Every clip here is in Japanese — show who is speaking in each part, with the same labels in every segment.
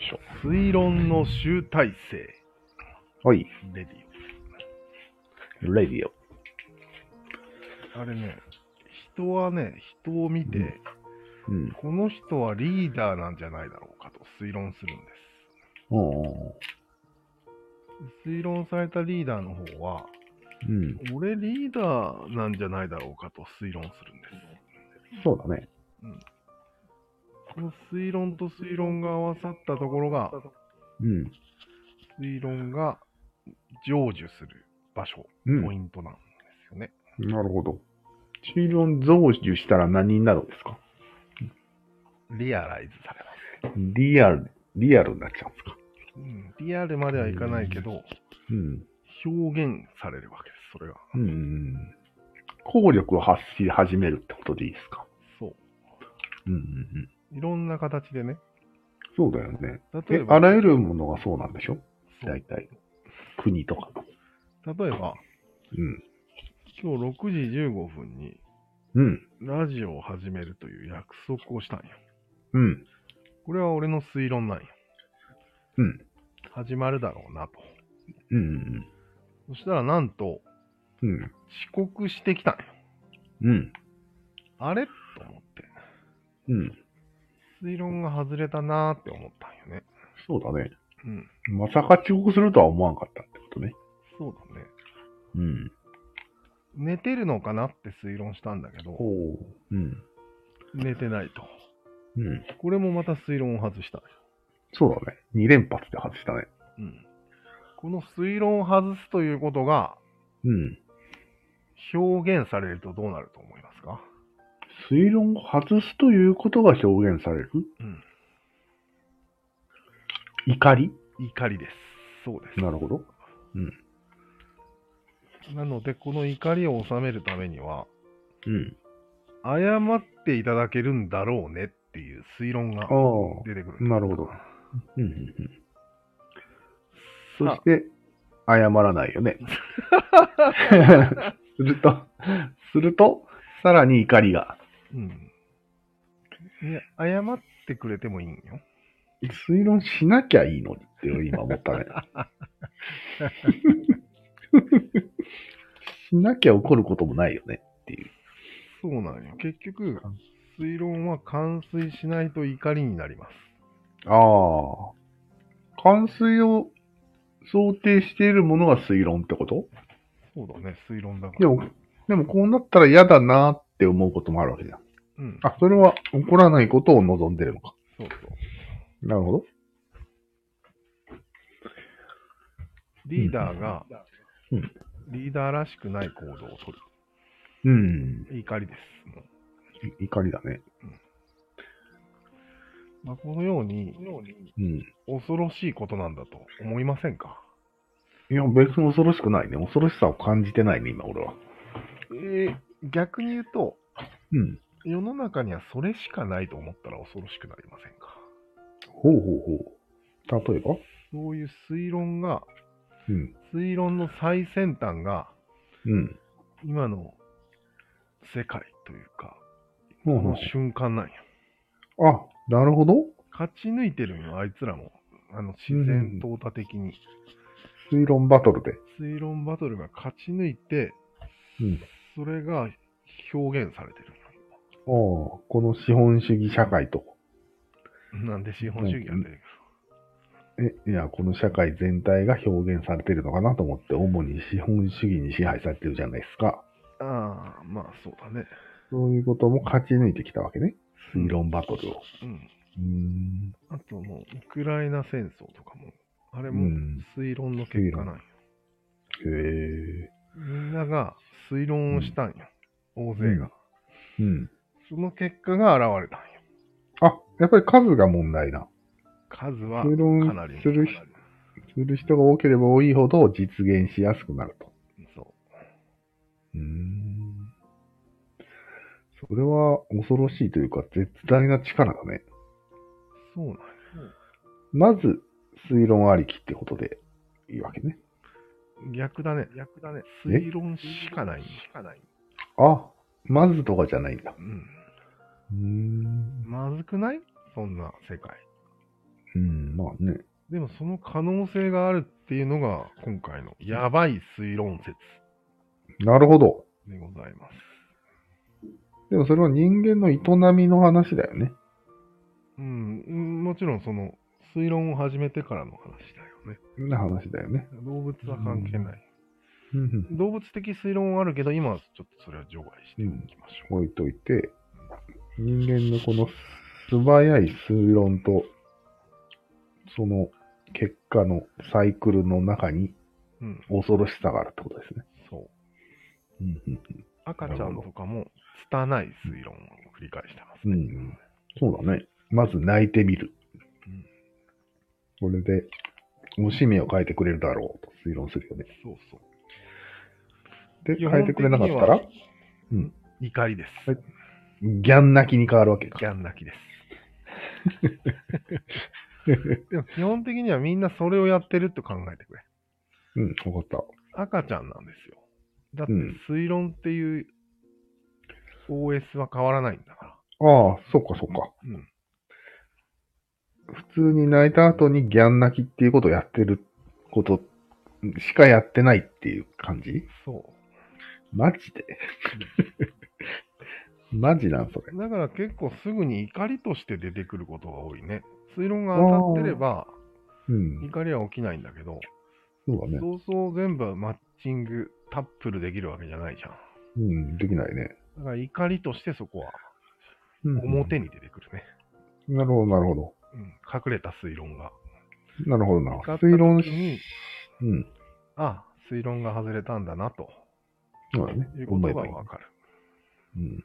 Speaker 1: しょ推論の集大成、
Speaker 2: はい。
Speaker 1: レディ
Speaker 2: レディオ。
Speaker 1: オ。あれね、人はね、人を見て、
Speaker 2: うん。
Speaker 1: この人はリーダーなんじゃないだろうかと推論するんで
Speaker 2: お
Speaker 1: す。推論されたリーダーの方は、
Speaker 2: うん。
Speaker 1: 俺リーダーなんじゃないだろうかと推論するんです。
Speaker 2: そうだね。
Speaker 1: この推論と推論が合わさったところが、
Speaker 2: うん。
Speaker 1: 推論が成就する場所、
Speaker 2: うん
Speaker 1: ポイントなんですよね。
Speaker 2: なるほど。推論増受したら何になるんですか
Speaker 1: リアライズされます。
Speaker 2: リアル、リアルになっちゃうんですか
Speaker 1: うん、リアルまではいかないけど、
Speaker 2: うん。
Speaker 1: 表現されるわけです、それが。
Speaker 2: うん。効力を発し始めるってことでいいですか
Speaker 1: そう。
Speaker 2: うんうんうん。
Speaker 1: いろんな形でね。
Speaker 2: そうだよね。
Speaker 1: 例え
Speaker 2: え、
Speaker 1: ば、
Speaker 2: あらゆるものがそうなんでしょ
Speaker 1: そう
Speaker 2: 大体。国とかの。
Speaker 1: 例えば、
Speaker 2: うん。
Speaker 1: 今日6時15分に
Speaker 2: うん。
Speaker 1: ラジオを始めるという約束をしたんよ。
Speaker 2: うん。
Speaker 1: これは俺の推論なんよ。
Speaker 2: うん。
Speaker 1: 始まるだろうなと。
Speaker 2: うんうん
Speaker 1: そしたらなんと、
Speaker 2: うん。うん。
Speaker 1: 遅刻してきたんよ。
Speaker 2: うん。
Speaker 1: あれと思って。
Speaker 2: うん。
Speaker 1: 推論が外れたなーって思ったんよね。
Speaker 2: そうだね。
Speaker 1: うん。
Speaker 2: まさか遅刻するとは思わなかったってことね。
Speaker 1: そうだね。
Speaker 2: うん。
Speaker 1: 寝てるのかなって推論したんだけど、
Speaker 2: おう。うん。
Speaker 1: 寝てないと。
Speaker 2: うん。
Speaker 1: これもまた推論を外したんよ。
Speaker 2: そうだね。2連発で外したね。
Speaker 1: うん。この推論を外すということが
Speaker 2: うん。
Speaker 1: 表現されるとどうなると思いますか
Speaker 2: 推論を外すということが表現される
Speaker 1: うん。
Speaker 2: 怒り
Speaker 1: 怒りです。そうで
Speaker 2: なるほど。
Speaker 1: す。なので、この怒りを収めるためには、
Speaker 2: うん。
Speaker 1: 謝っていただけるんだろうねっていう推論が
Speaker 2: ああ。
Speaker 1: 出てくる。
Speaker 2: なるほど。うんうんうん。そ
Speaker 1: さあ
Speaker 2: して、謝らないよ ね。 すると、すると、さらに怒りが。
Speaker 1: うん。いや、謝ってくれてもいいんよ。
Speaker 2: 推論しなきゃいいのにって今思ったね。しなきゃ怒ることもないよねっていう。
Speaker 1: そうなんよ。結局、推論は完遂しないと怒りになります。
Speaker 2: ああ。冠水を想定しているものが推論ってこと
Speaker 1: そうだね、推論だか
Speaker 2: で
Speaker 1: ら。
Speaker 2: も、でもこうなったら嫌だなって思うこともあるわけじゃん。
Speaker 1: うん。
Speaker 2: あ、それは怒らないことを望んでるのか。
Speaker 1: そうそう。
Speaker 2: なるほど。
Speaker 1: リーダーが
Speaker 2: うん、
Speaker 1: リーダーらしくない行動をと
Speaker 2: うん。
Speaker 1: る。怒りです。もう
Speaker 2: 怒りだね。
Speaker 1: まあ、このように、
Speaker 2: うん。
Speaker 1: 恐ろしいことなんだと思いませんか
Speaker 2: いや、別に恐ろしくないね。恐ろしさを感じてないね、今俺は。
Speaker 1: え逆に言うと、
Speaker 2: うん。
Speaker 1: 世の中にはそれしかないと思ったら恐ろしくなりませんか
Speaker 2: ほうほうほう。例えば
Speaker 1: そういう推論が、
Speaker 2: うん。
Speaker 1: 推論の最先端が、
Speaker 2: うん。
Speaker 1: 今の世界というか、
Speaker 2: ほう
Speaker 1: こ
Speaker 2: ほう
Speaker 1: の瞬間なんよ。
Speaker 2: あ、なるほど。
Speaker 1: 勝ち抜いてるんよ、あいつらも。あの、自然淘汰的に。
Speaker 2: 推論バトルで。
Speaker 1: 推論バトルが勝ち抜いて、
Speaker 2: うん。
Speaker 1: それが表現されてる
Speaker 2: ああ、この資本主義社会と。
Speaker 1: の。 なんで資本主義やってる
Speaker 2: え、いや、この社会全体が表現されてるのかなと思って、主に資本主義に支配されてるじゃないですか。
Speaker 1: か。ああ、まあそうだね。
Speaker 2: そういうことも勝ち抜いてきたわけね。推論バトルを。
Speaker 1: うん。
Speaker 2: うーん。
Speaker 1: あともう、ウクライナ戦争とかも、あれ
Speaker 2: う
Speaker 1: も
Speaker 2: ん
Speaker 1: 推論の結果なんよ。
Speaker 2: へえ。
Speaker 1: みんなが推論をしたんよ。大勢が。
Speaker 2: うん。
Speaker 1: その結果が現れたんよ。
Speaker 2: あ、やっぱり数が問題だ。
Speaker 1: 数は
Speaker 2: 推論
Speaker 1: かなりの
Speaker 2: する人する人が多ければ多いほど実現しやすくなると。
Speaker 1: そう
Speaker 2: ーん。それは恐ろしいというか、絶大な力だね。
Speaker 1: う。そうなんよ。
Speaker 2: まず、推論ありきってことでいいわけね。
Speaker 1: 逆だね。逆だね。
Speaker 2: え
Speaker 1: 推論しかないんだ。
Speaker 2: あ、まずとかじゃないんだ。
Speaker 1: うん。
Speaker 2: うーん。
Speaker 1: まずくないそんな世界。
Speaker 2: うん、まあね。
Speaker 1: でもその可能性があるっていうのが今回のやばい推論説
Speaker 2: なるほど。
Speaker 1: でございます。
Speaker 2: でもそれは人間の営みの話だよね。
Speaker 1: うん、うんもちろんその推論を始めてからの話だよね。
Speaker 2: そんな話だよね。
Speaker 1: 動物は関係ない。
Speaker 2: うんうん
Speaker 1: 動物的推論はあるけど、今はちょっとそれは除外しておきましょ
Speaker 2: 置いといて、人間のこの素早い推論と、その結果のサイクルの中に
Speaker 1: う。うん、
Speaker 2: 恐ろしさがあるってことですね。
Speaker 1: そう。
Speaker 2: うんうん
Speaker 1: 赤ちゃんとかも拙い推論を繰り返してます
Speaker 2: う
Speaker 1: ね。
Speaker 2: ん。そうだね。まず泣いてみる。これで、おしめを変えてくれるだろうと推論するよね。
Speaker 1: そうそう。
Speaker 2: で、
Speaker 1: 基
Speaker 2: 変
Speaker 1: 本
Speaker 2: えてくれなかったら、うん
Speaker 1: 怒りです。
Speaker 2: はいギャン泣きに変わるわけか。
Speaker 1: ギャン泣き です。でも基本的にはみんなそれをやってると考えてくれ。
Speaker 2: うん、わかっ
Speaker 1: 赤ちゃんなんですよ。だって
Speaker 2: うん
Speaker 1: 推論っていう OS は変わらないんだから。
Speaker 2: た。ああ、そっかそっか。
Speaker 1: うん。
Speaker 2: 普通に泣いた後にギャン泣きっていうことをやってることしかやってないっていう感じ
Speaker 1: そ
Speaker 2: マジで マジなんそれ。
Speaker 1: う。だから結構すぐに怒りとして出てくることが多いね。推論が当たってれば
Speaker 2: うん、
Speaker 1: 怒りは起きないんだけど、
Speaker 2: そうだね。
Speaker 1: そうそう全部マッチング、タップルできるわけじゃないじゃん。
Speaker 2: うん、できないね。
Speaker 1: だから怒りとしてそこは
Speaker 2: うん
Speaker 1: 表に出てくるね。
Speaker 2: なるほど、なるほど。
Speaker 1: うん、隠れた推論が。
Speaker 2: なるほどな。
Speaker 1: 怒った時
Speaker 2: 推論し、
Speaker 1: に、
Speaker 2: うん。
Speaker 1: あ、推論が外れたんだなと
Speaker 2: そうだね。
Speaker 1: いうこ
Speaker 2: 思
Speaker 1: と
Speaker 2: え
Speaker 1: が
Speaker 2: ばいい。
Speaker 1: わかる。
Speaker 2: うん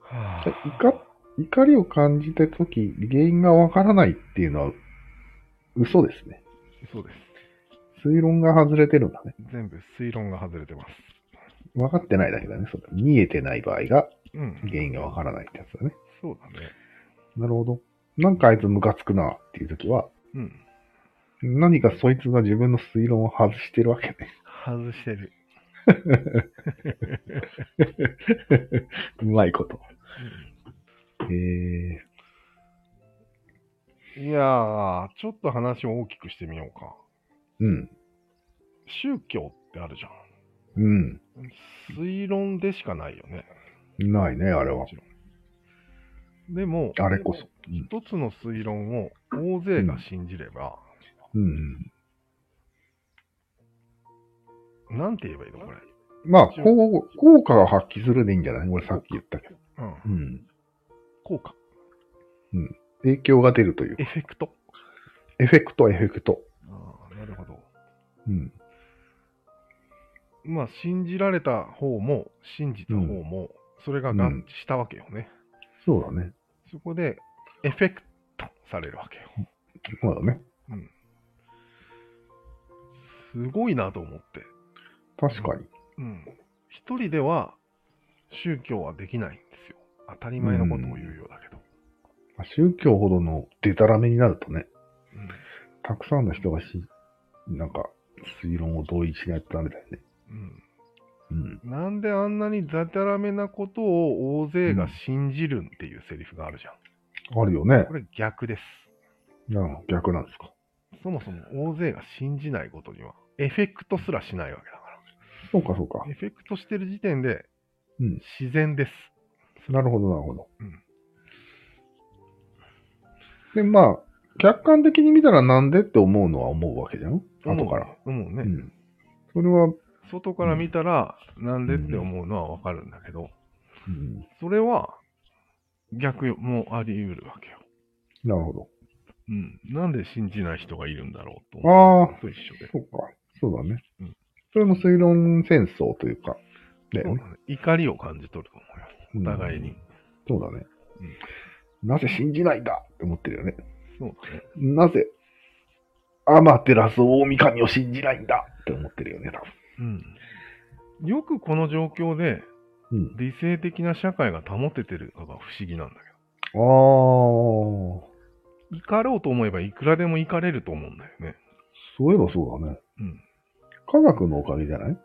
Speaker 1: は
Speaker 2: で怒怒りを感じたとき、原因がわからないっていうのは嘘ですね。
Speaker 1: そうです。
Speaker 2: 推論が外れてるんだね。
Speaker 1: 全部推論が外れてます。
Speaker 2: 分かってないだけだね。それ見えてない場合が
Speaker 1: うん。
Speaker 2: 原因がわからないってやつだね。
Speaker 1: そうだね。
Speaker 2: なるほど。なんかあいつムカつくなっていうときは、
Speaker 1: うん。
Speaker 2: 何かそいつが自分の推論を外してるわけね。
Speaker 1: 外してる。
Speaker 2: うまいこと。えー、
Speaker 1: いやー、ちょっと話を大きくしてみようか。
Speaker 2: うん、
Speaker 1: 宗教ってあるじゃん。
Speaker 2: うん。
Speaker 1: 推論でしかないよね。
Speaker 2: ないね、あれは。
Speaker 1: でも、
Speaker 2: あれこそ。
Speaker 1: 一つの推論を大勢が信じれば、
Speaker 2: うん、うん。
Speaker 1: なんて言えばいいのこれ。
Speaker 2: まあ、効効果が発揮するでいいんじゃない俺さっき言ったけど。
Speaker 1: うん。
Speaker 2: うん。
Speaker 1: 効果。
Speaker 2: 影響が出るという
Speaker 1: エ。フェクト。
Speaker 2: エフェクト、エフェクト。
Speaker 1: ああ、なるほど。
Speaker 2: うん。
Speaker 1: まあ、信じられた方も、信じた方も、それが合致したわけよね。
Speaker 2: そうだね。
Speaker 1: そこで、エフェクトされるわけよ。
Speaker 2: そうだね。
Speaker 1: すごいなと思って。
Speaker 2: 確かに。
Speaker 1: うん。一人では、宗教はできないんですよ。当たり前のことを言うようだけど。
Speaker 2: まあ宗教ほどのデタラメになるとね、
Speaker 1: うん。
Speaker 2: たくさんの人がし、なんか、推論を同意しないとダメだよね。
Speaker 1: うん
Speaker 2: うん。
Speaker 1: なんであんなにだたらめなことを大勢が信じるんっていうセリフがあるじゃん。
Speaker 2: あるよね
Speaker 1: こ。れ逆です。
Speaker 2: うん逆なんですか。
Speaker 1: そもそも大勢が信じないことには、エフェクトすらしないわけだか。。
Speaker 2: そうか、そうから
Speaker 1: エフェクトしてる時点で
Speaker 2: うん。
Speaker 1: 自然です。
Speaker 2: なるほど、なるほど。
Speaker 1: うん
Speaker 2: で、まあ、客観的に見たらなんでって思うのは思うわけじゃん後から。。
Speaker 1: 思うね。
Speaker 2: うん。それは、
Speaker 1: 外から見たら、なんでって思うのはわかるんだけど、
Speaker 2: うん。
Speaker 1: それは逆もあり得るわけよ。
Speaker 2: なるほど。
Speaker 1: うん。なんで信じない人がいるんだろうと
Speaker 2: ああ
Speaker 1: うのと一緒で。
Speaker 2: そうか。そうだね。
Speaker 1: うん
Speaker 2: それも推論戦争というか、だ
Speaker 1: そ
Speaker 2: よ
Speaker 1: う
Speaker 2: ね。
Speaker 1: だね怒りを感じ取ると思うよ。お互いに。
Speaker 2: うん。そうだね。なぜ信じないんだって思ってるよね。
Speaker 1: そうだね。
Speaker 2: なぜ、アマテラス大神を信じないんだって思ってるよね、多
Speaker 1: うん。よくこの状況で
Speaker 2: 分。
Speaker 1: 理性的な社会が保ててるのが不思議なんだ
Speaker 2: うん。ああ、
Speaker 1: けど。怒ろうと思えばいくらでも怒れると思うんだよね。
Speaker 2: そういえばそうだね。
Speaker 1: うん。
Speaker 2: 科学のおかげじゃない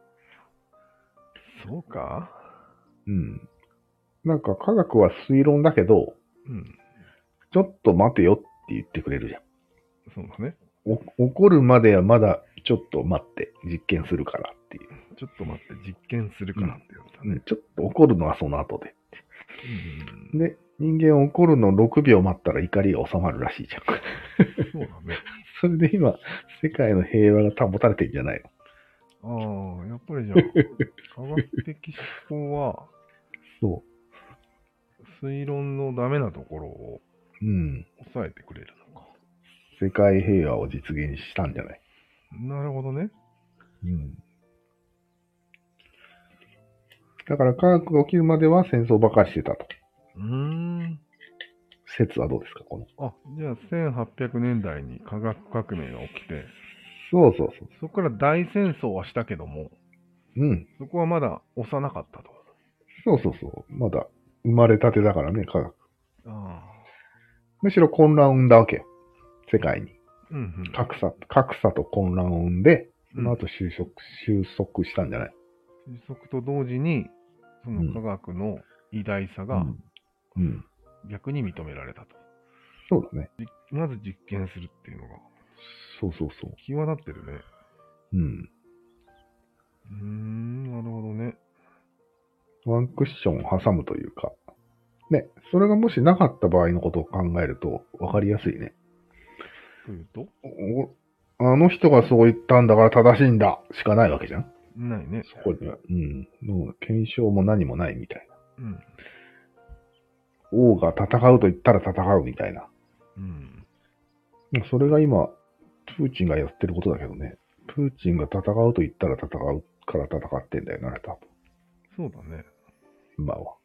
Speaker 1: そうか
Speaker 2: うん。なんか科学は推論だけど、
Speaker 1: うん。
Speaker 2: ちょっと待てよって言ってくれるじゃん。
Speaker 1: そうだね。
Speaker 2: お怒るまではまだちょっと待って、実験するからっていう。
Speaker 1: ちょっと待って、実験するからってやつだね。
Speaker 2: ちょっと怒るのはその後で。
Speaker 1: うん
Speaker 2: で、人間怒るの6秒待ったら怒りが収まるらしいじゃん。
Speaker 1: そうだね。
Speaker 2: それで今、世界の平和が保たれてんじゃないの
Speaker 1: ああ、やっぱ りじゃあ、科学的思考は、
Speaker 2: そ
Speaker 1: 推論のダメなところを
Speaker 2: う。うん。
Speaker 1: 抑えてくれるのか。
Speaker 2: 世界平和を実現したんじゃない
Speaker 1: なるほどね。
Speaker 2: うん。だから科学が起きるまでは戦争ばかりしてたと。
Speaker 1: うーん。
Speaker 2: 説はどうですかこの。
Speaker 1: あ、じゃあ1800年代に科学革命が起きて、
Speaker 2: そうそうそ
Speaker 1: そこから大戦争はしたけども、
Speaker 2: う。うん。
Speaker 1: そこはまだ幼かったと。
Speaker 2: そうそうそう。まだ生まれたてだからね、科学。
Speaker 1: ああ。
Speaker 2: むしろ混乱を生んだわけよ。世界に。
Speaker 1: うんうん。
Speaker 2: 格差、格差と混乱を生んで、その
Speaker 1: の
Speaker 2: 後収束、収束したんじゃない
Speaker 1: 収束と同時に、その科学の偉大さ
Speaker 2: う
Speaker 1: が
Speaker 2: んうん。
Speaker 1: 逆に認められたと。
Speaker 2: そうだね。
Speaker 1: まず実験するっていうのが
Speaker 2: そうそうそう。
Speaker 1: 際立ってるね。
Speaker 2: うん。
Speaker 1: うーん、なるほどね。
Speaker 2: ワンクッションを挟むというか。ね、それがもしなかった場合のことを考えると分かりやすいね。
Speaker 1: というと
Speaker 2: おあの人がそう言ったんだから正しいんだしかないわけじゃん
Speaker 1: ないね。
Speaker 2: そこには。うん。もう検証も何もないみたいな。
Speaker 1: うん。
Speaker 2: 王が戦うと言ったら戦うみたいな。
Speaker 1: うん。
Speaker 2: それが今、プーチンがやってることだけどね。プーチンが戦うと言ったら戦うから戦ってんだよな、あれ多分。
Speaker 1: そうだね。
Speaker 2: 今は。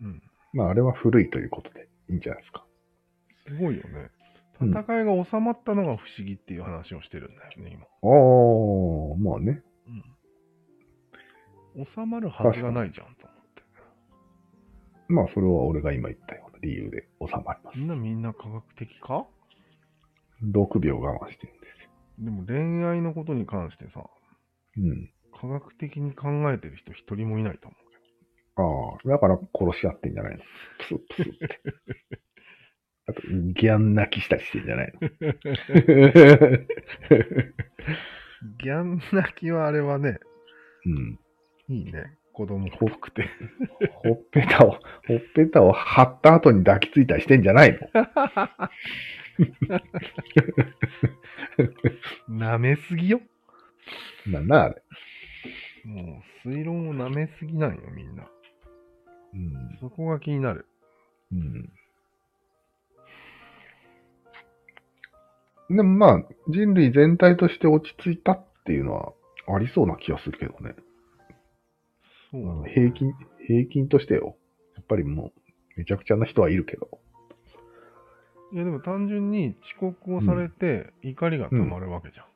Speaker 1: うん。
Speaker 2: まああれは古いということでいいんじゃないですか。
Speaker 1: すごいよね。
Speaker 2: うん
Speaker 1: 戦いが収まったのが不思議っていう話をしてるんだよね、
Speaker 2: あ
Speaker 1: 今。
Speaker 2: あ、まあね。
Speaker 1: うん。収まるはずがないじゃんと思って。
Speaker 2: まあそれは俺が今言ったような理由で収まります。
Speaker 1: みんなみんな科学的か
Speaker 2: 6秒我慢してるんで
Speaker 1: でも恋愛のことに関してさ、
Speaker 2: すよ。うん。
Speaker 1: 科学的に考えてる人一人もいないと思うけ
Speaker 2: ああ、だから殺し合ってんじゃないのプスップスッって。あと、ギャン泣きしたりしてんじゃないの
Speaker 1: ど。ギャン泣きはあれはね、
Speaker 2: うん。
Speaker 1: いいね。子供っぽく て。
Speaker 2: ほっぺたを、 ほっぺたを張った後に抱きついたりしてんじゃないの
Speaker 1: 舐めすぎよ。
Speaker 2: なんだあれ。
Speaker 1: もう、推論を舐めすぎないよ、みんな。
Speaker 2: うん。
Speaker 1: そこが気になる。
Speaker 2: うん。でもまあ、人類全体として落ち着いたっていうのはありそうな気がするけどね。
Speaker 1: そう
Speaker 2: あ
Speaker 1: だ
Speaker 2: の
Speaker 1: ね
Speaker 2: 平。均、平均としてよ。やっぱりもう、めちゃくちゃな人はいるけど。
Speaker 1: いや、でも単純に遅刻をされて怒りが溜まるわけじゃん。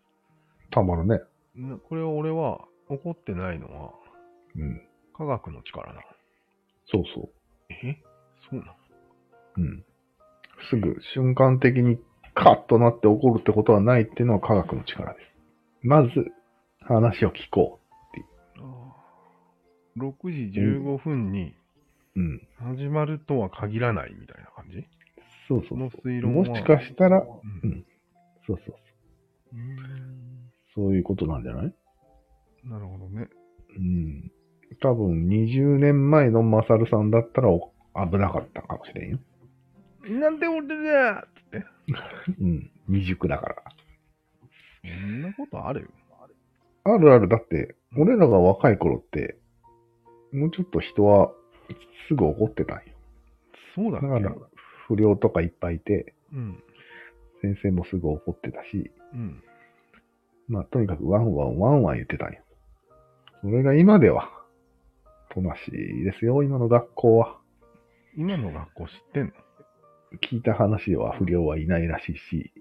Speaker 2: たまるね。
Speaker 1: なこれは俺は怒ってないのは
Speaker 2: うん。
Speaker 1: 科学の力だ。
Speaker 2: そうそ
Speaker 1: えそうなの
Speaker 2: う。うん。すぐ瞬間的にカッとなって怒るってことはないっていうのは科学の力です。まず、話を聞こ
Speaker 1: あー ?6 時15分に
Speaker 2: う。うん。
Speaker 1: 始まるとは限らないみたいな感じ
Speaker 2: そうそ
Speaker 1: そう
Speaker 2: そ
Speaker 1: の
Speaker 2: う。
Speaker 1: 推論
Speaker 2: も
Speaker 1: は。
Speaker 2: しかしたら、そう
Speaker 1: うん
Speaker 2: うんそうそう。
Speaker 1: うーん
Speaker 2: そういうことなんじゃない
Speaker 1: なるほどね。
Speaker 2: うん。多分20年前のマサルさんだったらお危なかったかもしれんよ。
Speaker 1: なんで俺だつって。
Speaker 2: うん。未熟だから。
Speaker 1: そんなことあるよ。
Speaker 2: あるある。だって、俺らが若い頃って、もうちょっと人はすぐ怒ってたんよ。
Speaker 1: そうだ
Speaker 2: だ
Speaker 1: っ
Speaker 2: か
Speaker 1: け
Speaker 2: ら、不良とかいっぱいいて、
Speaker 1: うん。
Speaker 2: 先生もすぐ怒ってたし、
Speaker 1: うん。
Speaker 2: まあ、とにかくワンワンワンワン言ってたんよ。それが今では、となしいですよ、今の学校は。
Speaker 1: 今の学校知ってんの
Speaker 2: 聞いた話では不良はいないらしいし、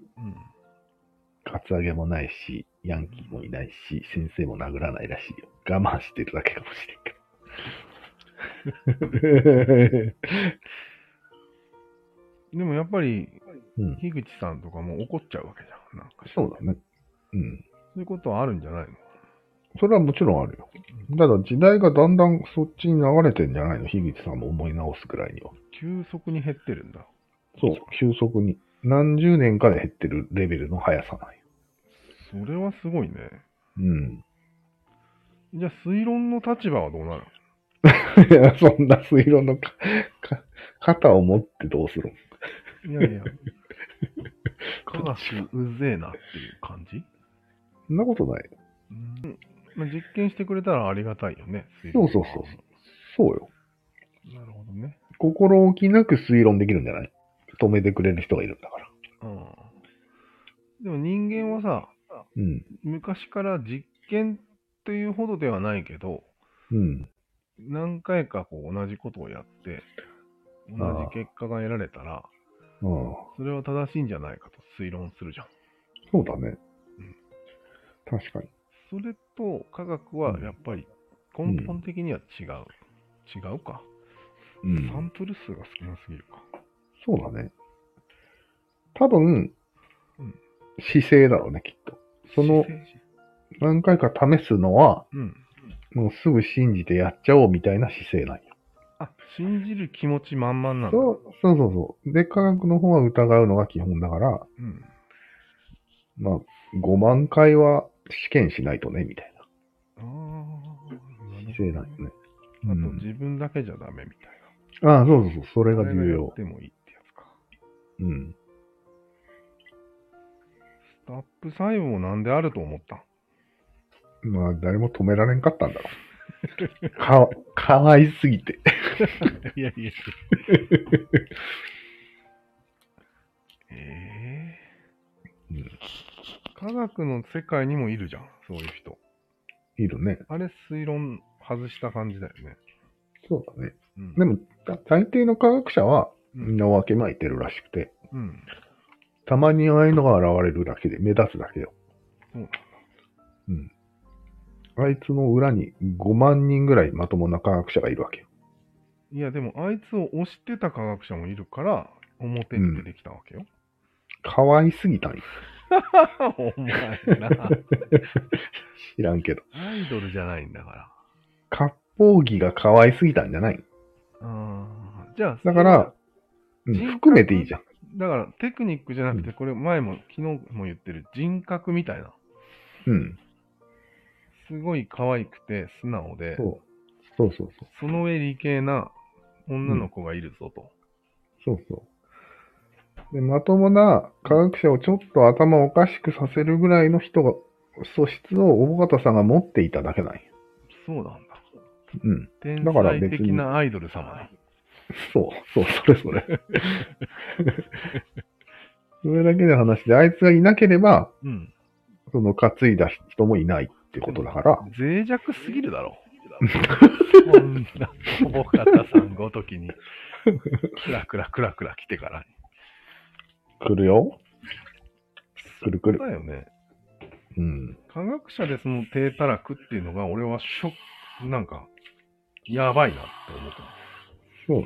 Speaker 2: カツアゲもないし、ヤンキーもいないし、先生も殴らないらしいよ。我慢してるだけかもしれんけど。
Speaker 1: うん。でもやっぱり、
Speaker 2: うん、
Speaker 1: 樋口さんとかも怒っちゃうわけじゃん。なんか
Speaker 2: そうだね。うん。
Speaker 1: そういうことはあるんじゃないの
Speaker 2: それはもちろんあるよ。ただ時代がだんだんそっちに流れてんじゃないの樋口さんも思い直すくらいには。
Speaker 1: 急速に減ってるんだ。
Speaker 2: そう、急速に。何十年かで減ってるレベルの速さなんよ。
Speaker 1: それはすごいね。
Speaker 2: うん。
Speaker 1: じゃあ、推論の立場はどうなる
Speaker 2: いや、そんな推論のか か肩を持ってどうする
Speaker 1: いや いや。科学うぜえなっていう感じ、
Speaker 2: そんなことないよ。
Speaker 1: うんまあ、実験してくれたらありがたいよね。推
Speaker 2: そ
Speaker 1: 論
Speaker 2: うそうそう。そうよ。
Speaker 1: なるほどね。
Speaker 2: 心置きなく推論できるんじゃない止めてくれる人がいるんだから。
Speaker 1: うん。でも人間はさ、
Speaker 2: うん。
Speaker 1: 昔から実験っていうほどではないけど、
Speaker 2: うん。
Speaker 1: 何回かこう同じことをやって、同
Speaker 2: ああ
Speaker 1: じ結果が得られたら、
Speaker 2: うん。
Speaker 1: それは正しいんじゃないかと推論するじゃん。
Speaker 2: そうだね。確かに。
Speaker 1: それと科学はやっぱり根本的には違う。違うか。
Speaker 2: う
Speaker 1: サ
Speaker 2: ん。
Speaker 1: ンプル数が少なすぎるか。
Speaker 2: そうだね。多分
Speaker 1: うん、
Speaker 2: 姿勢だろうね、きっと。その
Speaker 1: 姿勢
Speaker 2: 何回か試すのは、
Speaker 1: うん。
Speaker 2: もうすぐ信じてやっちゃおうみたいな姿勢なんよ。
Speaker 1: あ、信じる気持ち満々なんだ。
Speaker 2: そうそうそうそう。で、科学の方は疑うのが基本だから、
Speaker 1: うん。
Speaker 2: まあ、5万回は試験しないとね、みたいな
Speaker 1: ああ。
Speaker 2: 姿勢なんよね。う
Speaker 1: あと
Speaker 2: ん
Speaker 1: 自分だけじゃダメみたい
Speaker 2: ああ、そうそうそう。それ
Speaker 1: な。
Speaker 2: が重
Speaker 1: 誰やっ
Speaker 2: 要。
Speaker 1: てもいいってやつか。
Speaker 2: うん。
Speaker 1: スタップ細胞なんであると思ったん
Speaker 2: まあ、誰も止められんかったんだろう。か、かわいすぎて。
Speaker 1: いやいや。ええ
Speaker 2: うん
Speaker 1: 科学の世界にもいるじゃん、そういう人。
Speaker 2: いるね。
Speaker 1: あれ、推論外した感じだよね。
Speaker 2: そうだね。
Speaker 1: うん
Speaker 2: でも、だ大抵の科学者は、
Speaker 1: う
Speaker 2: みん
Speaker 1: ん。
Speaker 2: な分けまいてるらしくて、
Speaker 1: うん。
Speaker 2: たまにああいうのが現れるだけで、目立つだけよ。
Speaker 1: そうなんだ
Speaker 2: うん。あいつの裏に5万人ぐらいまともな科学者がいるわけよ。
Speaker 1: いや、でも、あいつを推してた科学者もいるから、表に出てきたわけよ。
Speaker 2: かわいすぎたんよ。
Speaker 1: お前な。
Speaker 2: 知らんけど。
Speaker 1: アイドルじゃないんだから。
Speaker 2: 割烹着がかわいすぎたんじゃない
Speaker 1: あーじゃあ、
Speaker 2: だから、うん
Speaker 1: 人格
Speaker 2: 含めていいじゃん。
Speaker 1: だからテクニックじゃなくて、これ前も、昨日も言ってる人格みたいな。
Speaker 2: うん。
Speaker 1: すごい可愛くて素直で、
Speaker 2: そう。そうそうそう。
Speaker 1: その上理系な女の子がいるぞと。
Speaker 2: そうそう。で、まともな科学者をちょっと頭おかしくさせるぐらいの人が、素質を尾形さんが持っていただけなんよ。
Speaker 1: そうなんだ。
Speaker 2: うん。
Speaker 1: 天
Speaker 2: だから別に
Speaker 1: 才的なアイドル様だ。
Speaker 2: そう、そう、それそれ。 それだけの話で、あいつがいなければ、
Speaker 1: うん。
Speaker 2: その担いだ人もいないってことだから、
Speaker 1: 脆弱すぎるだろ。こんな小方さんごときに、クラクラクラクラ来てからに。
Speaker 2: 来るよ。来る来る。
Speaker 1: だよね。
Speaker 2: うん。
Speaker 1: 科学者でその低たらくっていうのが、俺はショック、なんか、やばいなって思った。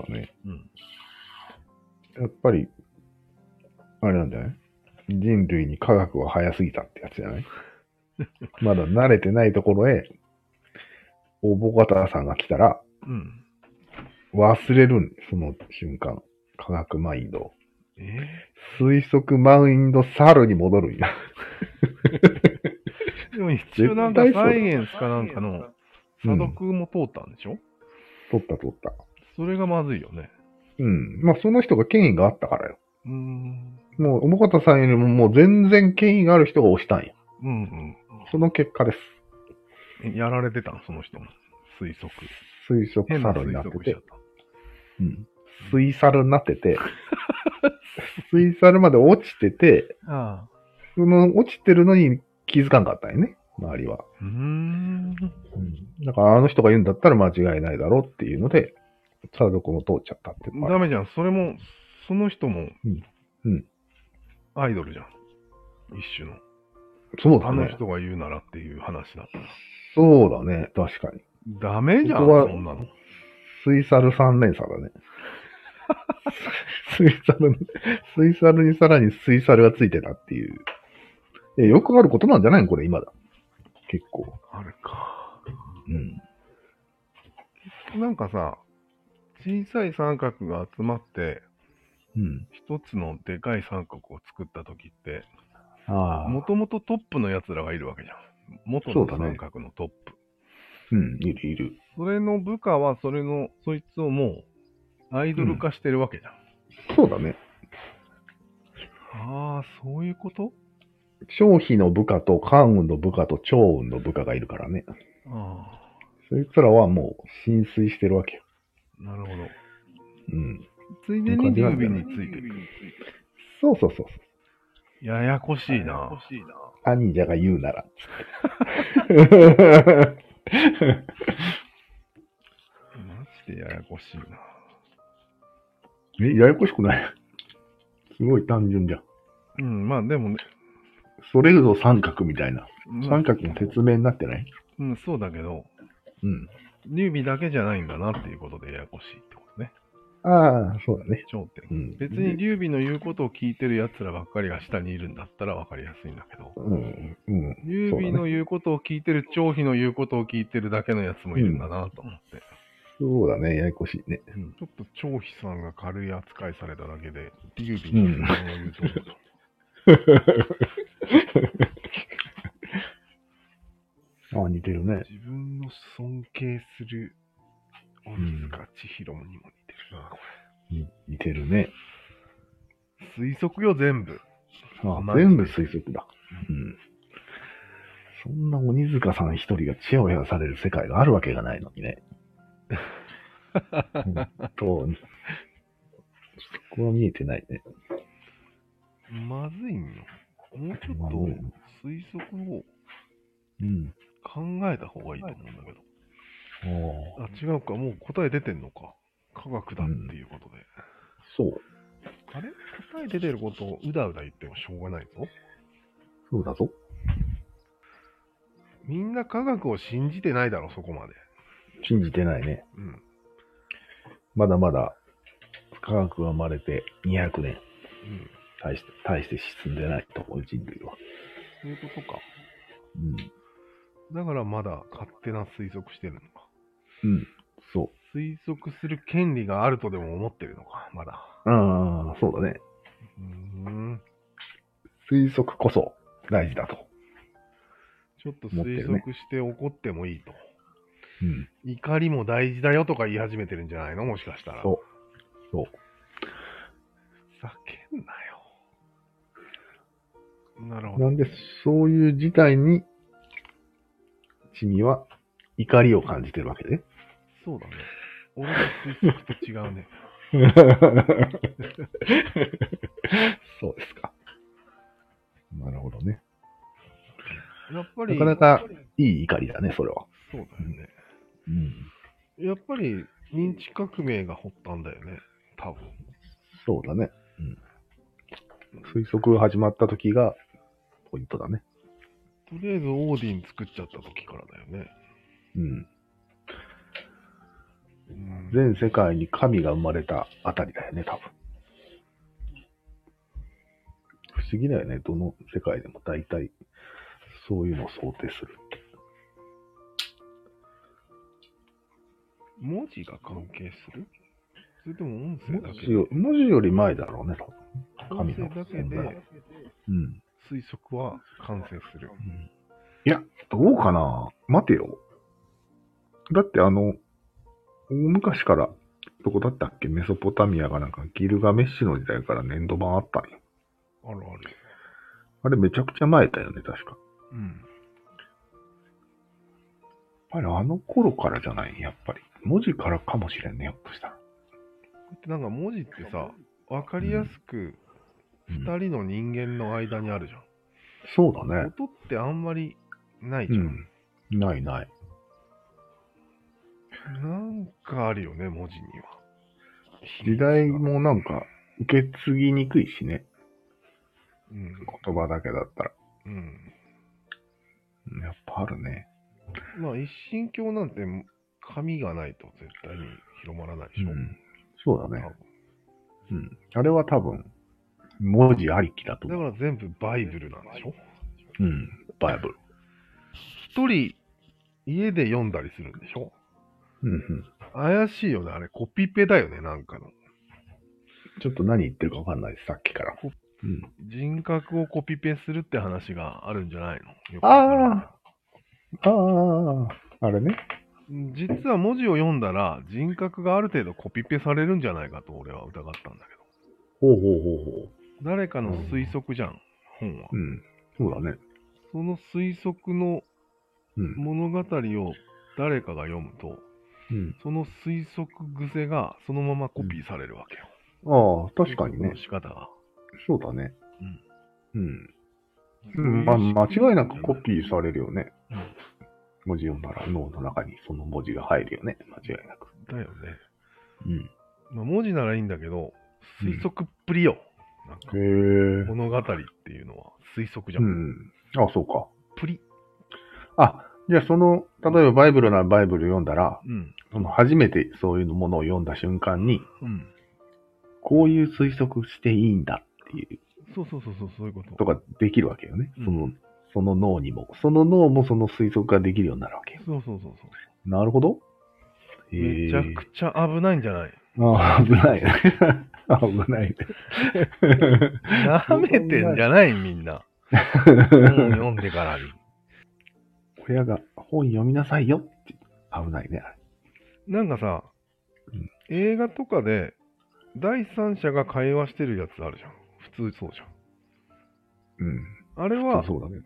Speaker 2: そうだね。
Speaker 1: うん。
Speaker 2: やっぱり、あれなんじゃない人類に科学は早すぎたってやつじゃない まだ慣れてないところへ、おぼかたさんが来たら、
Speaker 1: うん。
Speaker 2: 忘れるんその瞬間。科学マインドを。
Speaker 1: え
Speaker 2: 推測マインド猿に戻るんや。
Speaker 1: ーでも一応なんかサイエンスかなんかの査読も通ったんでしょ、
Speaker 2: 取った取った。
Speaker 1: それがまずいよね。
Speaker 2: うん。まあ、その人が権威があったからよ。
Speaker 1: うーん。
Speaker 2: もう、おもかたさんよりももう全然権威がある人が押したんや。
Speaker 1: うん
Speaker 2: その結果です。
Speaker 1: うん。やられてたん、その人も。推測。
Speaker 2: 推測
Speaker 1: 変な
Speaker 2: 猿
Speaker 1: 推
Speaker 2: になって
Speaker 1: 測しちゃ
Speaker 2: て
Speaker 1: っ。
Speaker 2: うん。水猿になってて。 水猿まで落ちてて、
Speaker 1: た。ああ。
Speaker 2: その落ちてるのに気づかんかったんやね。周りは。
Speaker 1: うーん。
Speaker 2: だからあの人が言うんだったら間違いないだろうっていうので、サードコも通っちゃったっていうのがある
Speaker 1: ダメじゃん。それも、その人も、
Speaker 2: うんうん
Speaker 1: アイドルじゃん。一種の。
Speaker 2: そう
Speaker 1: あ
Speaker 2: だ
Speaker 1: の
Speaker 2: ね。
Speaker 1: 人が言うならっていう話だったら。
Speaker 2: そうだね。確かに。
Speaker 1: ダメじゃん、
Speaker 2: ここは
Speaker 1: そんなの。
Speaker 2: 水猿三連鎖だね。 水猿に、水猿にさらに水猿がついてたっていう。えよくあることなんじゃないのこれ、今だ。結構。
Speaker 1: あるか。
Speaker 2: うん。
Speaker 1: なんかさ、小さい三角が集まって、
Speaker 2: うん。
Speaker 1: 一つのでかい三角を作った時って、
Speaker 2: あ
Speaker 1: も
Speaker 2: あ。
Speaker 1: ともとトップの奴らがいるわけじゃん。元
Speaker 2: そ
Speaker 1: の
Speaker 2: うだね
Speaker 1: 三角のトップ。
Speaker 2: うん、いるいる。
Speaker 1: そ,、れの部下は、それの、そいつをもう、アイドル化してるわけじゃん。
Speaker 2: そうだね。
Speaker 1: ああ、そういうこと
Speaker 2: 張飛の部下と関雲の部下と張雲の部下がいるからね。
Speaker 1: あ
Speaker 2: そいつらはもう浸水してるわけよ。
Speaker 1: あ、なるほど。
Speaker 2: うん。
Speaker 1: ついでに劉備についてくる。
Speaker 2: そうそうそうそう。
Speaker 1: ややこしいな。
Speaker 2: 兄者が言うなら。 つって
Speaker 1: マジでややこしいな。
Speaker 2: え、ややこしくない すごい単純じゃん。
Speaker 1: うん、まあでもね、
Speaker 2: それぞ三角みたいな。
Speaker 1: まあ
Speaker 2: 三角の説明になってない
Speaker 1: うん、そうだけど、
Speaker 2: うん。
Speaker 1: 劉備だけじゃないんだなっていうことでややこしいってことね。
Speaker 2: ああ、そうだね。
Speaker 1: 頂点。
Speaker 2: うん。
Speaker 1: 別に劉備の言うことを聞いてる奴らばっかりが下にいるんだったら分かりやすいんだけど、
Speaker 2: うん。うん。
Speaker 1: 劉備の言うことを聞いてる、張飛の言うことを聞いてるだけのやつもいるんだなと思って、
Speaker 2: そうだね。ややこしいね。
Speaker 1: うんちょっと張飛さんが軽い扱いされただけで、劉備に不満を言うと思うと、
Speaker 2: ああ、似てるね。
Speaker 1: 自分の尊敬する鬼塚千尋にも似てるな、こ
Speaker 2: に似てるね。
Speaker 1: れ。推測よ、全部。
Speaker 2: あ
Speaker 1: マ
Speaker 2: あ、
Speaker 1: ジで
Speaker 2: 全部推測だ。うん。そんな鬼塚さん一人がチヤホヤされる世界があるわけがないのに ね。本当に。そこは見えてないね。
Speaker 1: まずいんよ。もうちょっ
Speaker 2: まずいの
Speaker 1: と推測を
Speaker 2: うん。
Speaker 1: 考えた方がいいと思うんだけど。
Speaker 2: ああ
Speaker 1: あ、違うか。もう答え出てんのか。科学だっていうことで。
Speaker 2: そう。
Speaker 1: あれ答え出てることをうだうだ言ってもしょうがないぞ。
Speaker 2: そうだぞ。
Speaker 1: みんな科学を信じてないだろ、そこまで。
Speaker 2: 信じてないね。
Speaker 1: うん。
Speaker 2: まだまだ科学が生まれて200年、
Speaker 1: うん。
Speaker 2: 大して、大して進んでないと思う、人類は。
Speaker 1: そういうことか。
Speaker 2: うん。
Speaker 1: だからまだ勝手な推測してるのか。
Speaker 2: うん。そ
Speaker 1: 推測する権利があるとでも思ってるのか、まだ。
Speaker 2: う。ああ、そうだね。
Speaker 1: うーん。
Speaker 2: 推測こそ大事だと。
Speaker 1: ちょっと
Speaker 2: 持って
Speaker 1: 推
Speaker 2: るね
Speaker 1: 測して怒ってもいいと。
Speaker 2: うん。
Speaker 1: 怒りも大事だよとか言い始めてるんじゃないのもしかしたら。
Speaker 2: そう。そう。
Speaker 1: ふざけんなよ。なるほど。
Speaker 2: なんで、そういう事態に、君は怒りを感じてるわけね。
Speaker 1: そうだね。俺の推測と違うね。
Speaker 2: そうですか。なるほどね。
Speaker 1: やっぱり、
Speaker 2: なかなかいい怒りだね、それは。
Speaker 1: そうだよね。
Speaker 2: うん。
Speaker 1: やっぱり認知革命が発端だよね。多分。
Speaker 2: そうだね。うん。推測が始まった時がポイントだね。
Speaker 1: とりあえずオーディン作っちゃった時からだよね。
Speaker 2: うん。
Speaker 1: うん
Speaker 2: 全世界に神が生まれたあたりだよね、多分。不思議だよね。どの世界でも大体そういうのを想定する。
Speaker 1: 文字が関係するそれとも音声
Speaker 2: 文
Speaker 1: だけ
Speaker 2: 字よ文字より前だろうね、多分。神
Speaker 1: 音声
Speaker 2: の
Speaker 1: だけ
Speaker 2: 存在
Speaker 1: で
Speaker 2: うん。
Speaker 1: 推測は完成する。
Speaker 2: いや、どうかな待てよ。だってあの、大昔から、どこだったっけメソポタミアがなんかギルガメッシュの時代から粘土版あったんよ。
Speaker 1: あるある。
Speaker 2: あれめちゃくちゃ前だよね、確か。
Speaker 1: うん。
Speaker 2: やっぱりあの頃からじゃないやっぱり。文字からかもしれんね、ひょっとしたら。
Speaker 1: なんか文字ってさ、わかりやすく
Speaker 2: うん
Speaker 1: 二人の人間の間にあるじゃ
Speaker 2: そうだ
Speaker 1: ん。
Speaker 2: ね。
Speaker 1: 音ってあんまりないじ
Speaker 2: う
Speaker 1: ゃ
Speaker 2: ん
Speaker 1: ん。。
Speaker 2: ないない。
Speaker 1: なんかあるよね、文字には。
Speaker 2: 時代もなんか、受け継ぎにくいしね。
Speaker 1: うん。
Speaker 2: 言葉だけだったら。
Speaker 1: うん。
Speaker 2: うんやっぱあるね。
Speaker 1: まあ、一神教なんて紙がないと絶対に広まらないでしょ。。
Speaker 2: そうだ
Speaker 1: 多
Speaker 2: ね。
Speaker 1: 分
Speaker 2: うん。あれは多分、文字ありきだと
Speaker 1: だ
Speaker 2: 思う。
Speaker 1: から全部バイブルなんでしょ
Speaker 2: うん。バイブル。
Speaker 1: 一人家で読んだりするんでしょ
Speaker 2: うんうん。
Speaker 1: 怪しいよね。あれ、コピペだよね、なんかの。
Speaker 2: ちょっと何言ってるかわかんないです、さっきから。うん、
Speaker 1: 人格をコピペするって話があるんじゃないのよくわからない
Speaker 2: ああああ、あれね。
Speaker 1: 実は文字を読んだら人格がある程度コピペされるんじゃないかと俺は疑ったんだけ
Speaker 2: ほうほうほうほ
Speaker 1: ど。誰かの推測じゃん、本は。
Speaker 2: う。うん。そうだね。
Speaker 1: その推測の
Speaker 2: うん。
Speaker 1: 物語を誰かが読むと、
Speaker 2: うん、
Speaker 1: その推測癖がそのままコピーされるわけよ。
Speaker 2: ああ、確かにね
Speaker 1: の。仕方が。
Speaker 2: そうだね。うん。う
Speaker 1: そうい
Speaker 2: ん。
Speaker 1: う
Speaker 2: まあ、
Speaker 1: 仕
Speaker 2: 間
Speaker 1: 組み
Speaker 2: 違いな
Speaker 1: じゃ
Speaker 2: くコピーされるよね
Speaker 1: うん。
Speaker 2: 文字読んだら脳の中にその文字が入るよね。間違いなく。
Speaker 1: だよね。
Speaker 2: うん。
Speaker 1: まあ、文字ならいいんだけど、推測っぷりよ。なんか
Speaker 2: へえ。
Speaker 1: 物語っていうのは推測じゃ。
Speaker 2: うんん。あ、そうか。
Speaker 1: プリ。
Speaker 2: あ、じゃあその、例えばバイブルならバイブル読んだら、
Speaker 1: うん。
Speaker 2: その初めてそういうものを読んだ瞬間に、
Speaker 1: うん。
Speaker 2: こういう推測していいんだっていう
Speaker 1: そうそうそうそう、そういうこと。
Speaker 2: とかできるわけよね。
Speaker 1: うん
Speaker 2: その、その脳にも。その脳もその推測ができるようになるわけよ。
Speaker 1: そうそうそうそう。
Speaker 2: なるほど。へ
Speaker 1: めちゃくちゃ危ないんじゃない
Speaker 2: ああ、危ない。危ない ね。
Speaker 1: 舐めてんじ ゃないみんな。本読んでからに。
Speaker 2: 親が本読みなさいよって。危ないね。
Speaker 1: なんかさ
Speaker 2: うん、
Speaker 1: 映画とかで第三者が会話してるやつあるじゃん。普通そうじ
Speaker 2: うん。
Speaker 1: ゃん。あれ
Speaker 2: そ
Speaker 1: は
Speaker 2: うそうだね。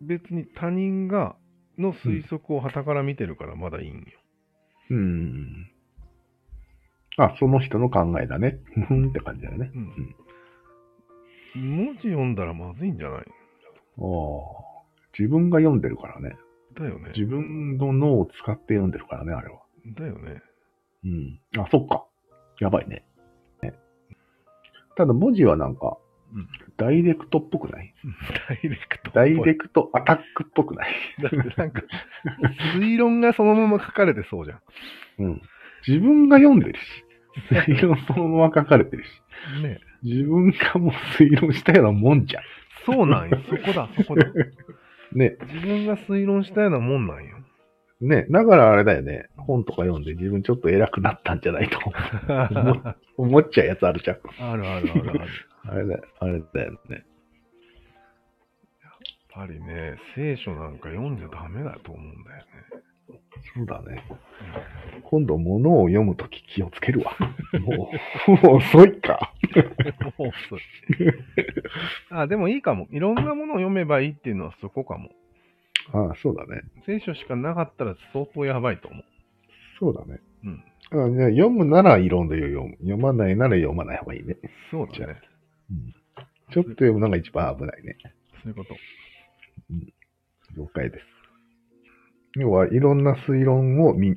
Speaker 1: 別に他人がの推測を傍から見てるからまだいいんよ。
Speaker 2: うん。あ、その人の考えだね。ふふんって感じだよね。
Speaker 1: うん文字読んだらまずいんじゃない
Speaker 2: ああ。自分が読んでるからね。
Speaker 1: だよね。
Speaker 2: 自分の脳を使って読んでるからね、あれは。
Speaker 1: だよね。
Speaker 2: うん。あ、そっか。やばいね。ねただ文字はなんか、
Speaker 1: うん
Speaker 2: ダイレクトっぽくない
Speaker 1: ダイレクトっぽ
Speaker 2: ダ
Speaker 1: い。
Speaker 2: イレクトアタックっぽくない
Speaker 1: だってなんか、推論がそのまま書かれてそうじゃん。
Speaker 2: うん。自分が読んでるし、推論そのまま書かれてるし、
Speaker 1: ね
Speaker 2: 自分がもう推論したようなもんじゃ
Speaker 1: そうな んよ。そこだ、そこだ。
Speaker 2: ん。ね、
Speaker 1: 自分が推論したようなもんなんよ。
Speaker 2: ね、だからあれだよね。本とか読んで自分ちょっと偉くなったんじゃないと
Speaker 1: ある あ
Speaker 2: 思っちゃうやつあるじゃん。
Speaker 1: るあるある。やっ
Speaker 2: あれだよ、あれだよね。
Speaker 1: ぱりね、聖書なんか読んじゃダメだと思うんだよね。
Speaker 2: そうだね。今度物を読むとき気をつけるわ。もう、 もう遅いか。
Speaker 1: もう遅いあ、でもいいかも。いろんなものを読めばいいっていうのはそこかも。
Speaker 2: ああ、そうだね。
Speaker 1: 聖書しかなかったら相当やばいと思う。
Speaker 2: そうだね。
Speaker 1: うん。
Speaker 2: あじゃあ読むならいろんな読む。読まないなら読まない方がいいね。
Speaker 1: そう
Speaker 2: じ
Speaker 1: だ
Speaker 2: ゃ
Speaker 1: ね。
Speaker 2: ちょっと読むのが一番危ないね。
Speaker 1: そういうこと。
Speaker 2: 了解です。要は、いろんな推論を身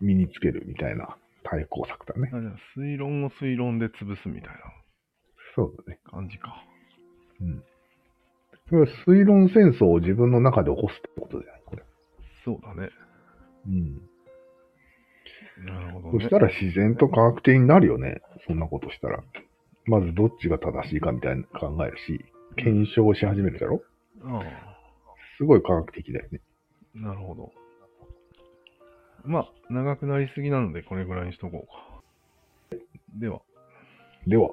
Speaker 2: 身につけるみたいな対抗策だね。
Speaker 1: あじゃあ推論を推論で潰すみたい
Speaker 2: そうだね。
Speaker 1: な感じか。
Speaker 2: それは推論戦争を自分の中で起こすってことじゃないこれ。
Speaker 1: そうだね。
Speaker 2: うん。
Speaker 1: なるほど
Speaker 2: そ
Speaker 1: ね。
Speaker 2: したら自然と科学的になるよね。そんなことしたら。まずどっちが正しいかみたいなの考えるし、検証し始めるだろ
Speaker 1: あ
Speaker 2: すごい科学的だよね。
Speaker 1: あ、なるほど。まあ、長くなりすぎなのでこれぐらいにしとこうか。では。
Speaker 2: では。